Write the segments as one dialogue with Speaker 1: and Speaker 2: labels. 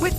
Speaker 1: With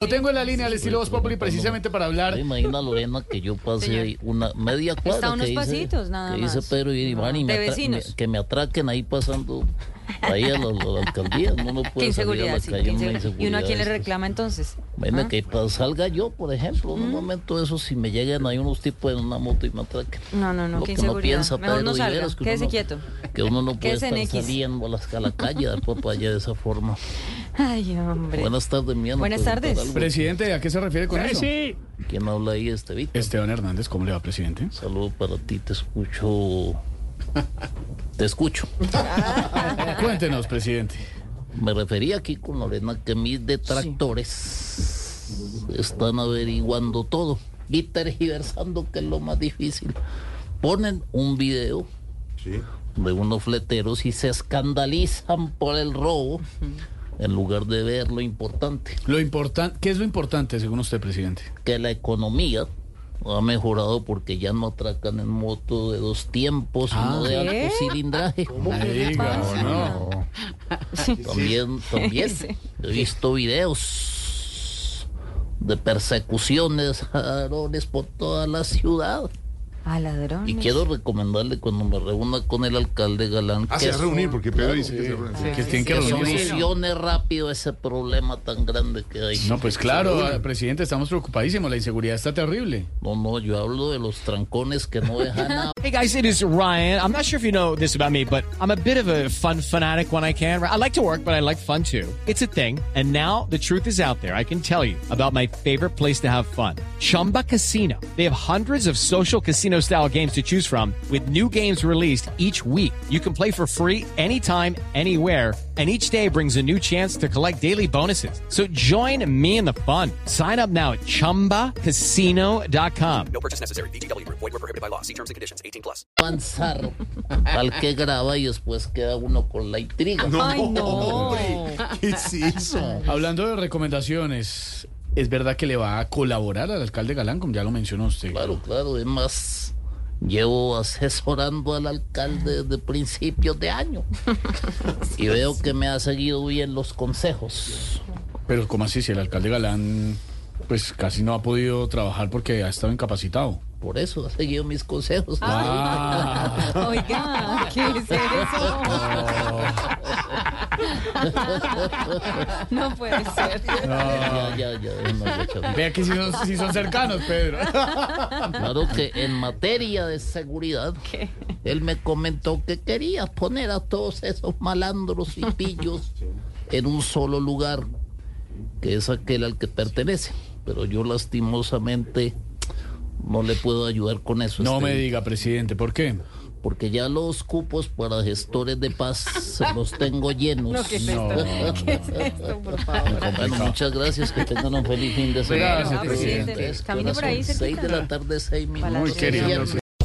Speaker 2: Lo tengo en la línea al estilo Voz Populi precisamente para hablar.
Speaker 3: Ay, imagina Lorena que yo pasé una media cuadra.
Speaker 4: Está a unos
Speaker 3: que dice-
Speaker 4: pasitos, nada
Speaker 3: que
Speaker 4: más.
Speaker 3: dice Pedro y Iván y
Speaker 4: de
Speaker 3: me atra-
Speaker 4: vecinos.
Speaker 3: me- que me atraquen ahí pasando ahí a la, a la alcaldía. No, no
Speaker 4: Qué
Speaker 3: puede salir a
Speaker 4: inseguridad,
Speaker 3: la
Speaker 4: sí,
Speaker 3: calle
Speaker 4: qué
Speaker 3: en una
Speaker 4: inseguridad. ¿Y uno a quién le
Speaker 3: inseguridad.
Speaker 4: reclama entonces?
Speaker 3: Imagina
Speaker 4: ¿Ah?
Speaker 3: que pues, salga yo, por ejemplo, en un momento de eso, si me llegan ahí unos tipos en una moto y me atraquen.
Speaker 4: No, no, no,
Speaker 3: Lo
Speaker 4: qué
Speaker 3: que uno
Speaker 4: inseguridad.
Speaker 3: piensa,
Speaker 4: Mejor
Speaker 3: Pedro
Speaker 4: no salga,
Speaker 3: Viveros, que uno
Speaker 4: quédese
Speaker 3: no-
Speaker 4: quieto.
Speaker 3: Que uno no puede
Speaker 4: Quédese en
Speaker 3: estar
Speaker 4: X.
Speaker 3: saliendo a la, a la calle, dar por allá de esa forma.
Speaker 4: Ay, hombre.
Speaker 3: Buenas tardes, mi Ana,
Speaker 4: Buenas
Speaker 3: preguntar
Speaker 4: tardes.
Speaker 3: algo.
Speaker 2: Presidente, ¿a qué se refiere con eso?
Speaker 3: ¿Quién habla ahí, este Víctor?
Speaker 2: Esteban Hernández, ¿cómo le va, presidente?
Speaker 3: Saludos para ti, te escucho. Te escucho.
Speaker 2: Cuéntenos, presidente.
Speaker 3: Me refería aquí con Lorena que mis detractores están averiguando todo y tergiversando, que es lo más difícil. Ponen un video de unos fleteros y se escandalizan por el robo en lugar de ver lo importante,
Speaker 2: Lo importante, ¿Qué es lo importante según usted, presidente?
Speaker 3: que la economía ha mejorado porque ya no atracan en moto de dos tiempos, sino de
Speaker 4: ¿Qué?
Speaker 3: alto cilindraje.
Speaker 2: Diga, ¿o no?
Speaker 3: También, también
Speaker 4: Sí.
Speaker 3: he visto videos de persecuciones a ladrones por toda la ciudad.
Speaker 4: A ladrones.
Speaker 3: Y quiero recomendarle cuando me reúna con el alcalde Galán
Speaker 5: Ah,
Speaker 3: que,
Speaker 5: se va a
Speaker 3: so-
Speaker 5: reunir porque Pedro dice que se reúne.
Speaker 2: Que tienen que
Speaker 3: que
Speaker 2: reunirse.
Speaker 3: solucione rápido ese problema tan grande que hay.
Speaker 2: No, pues claro, ah, presidente, estamos preocupadísimos. La inseguridad está terrible.
Speaker 3: No, no, yo hablo de los trancones que no dejan nada.
Speaker 6: Hey guys, it is Ryan. I'm not sure if you know this about me, but I'm a bit of a fun fanatic when I can. I like to work, but I like fun too. It's a thing. And now the truth is out there. I can tell you about my favorite place to have fun Chumba Casino. They have hundreds of social casino style games to choose from, with new games released each week. You can play for free anytime, anywhere. And each day brings a new chance to collect daily bonuses. So join me in the fun. Sign up now at chumbacasino.com.
Speaker 3: Panzarro, al que graba y después queda uno con la intriga.
Speaker 4: Ay, no.
Speaker 5: ¿Qué es eso?
Speaker 2: Hablando de recomendaciones, ¿es verdad que le va a colaborar al alcalde Galán, como ya lo mencionó usted?
Speaker 3: Claro, claro, es más, llevo asesorando al alcalde desde principios de año y veo que me ha seguido bien los consejos.
Speaker 2: Pero ¿cómo así? Si el alcalde Galán, pues casi no ha podido trabajar porque ha estado incapacitado.
Speaker 3: Por eso ha seguido mis consejos.
Speaker 2: Ah,
Speaker 4: Oiga, ¿qué es eso? No puede ser.
Speaker 3: Ya, ya, ya, no, ya, ya.
Speaker 2: vea que si son, sí son cercanos, Pedro.
Speaker 3: Claro que en materia de seguridad, él me comentó que quería poner a todos esos malandros y pillos en un solo lugar, que es aquel al que pertenece. Pero yo lastimosamente no le puedo ayudar con eso.
Speaker 2: No
Speaker 3: este,
Speaker 2: me diga, presidente, ¿por qué?
Speaker 3: Porque ya los cupos para gestores de paz se los tengo llenos.
Speaker 4: No, ¿qué es
Speaker 2: No.
Speaker 4: esto? ¿Qué es esto, por favor?
Speaker 3: Bueno, muchas gracias, que tengan un feliz fin de semana.
Speaker 2: Gracias, presidente.
Speaker 4: Camine por ahí
Speaker 3: Seis de
Speaker 4: cerquita.
Speaker 3: la tarde, seis minutos.
Speaker 4: Muy
Speaker 2: querido,
Speaker 3: Viernes.
Speaker 2: sí.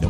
Speaker 7: No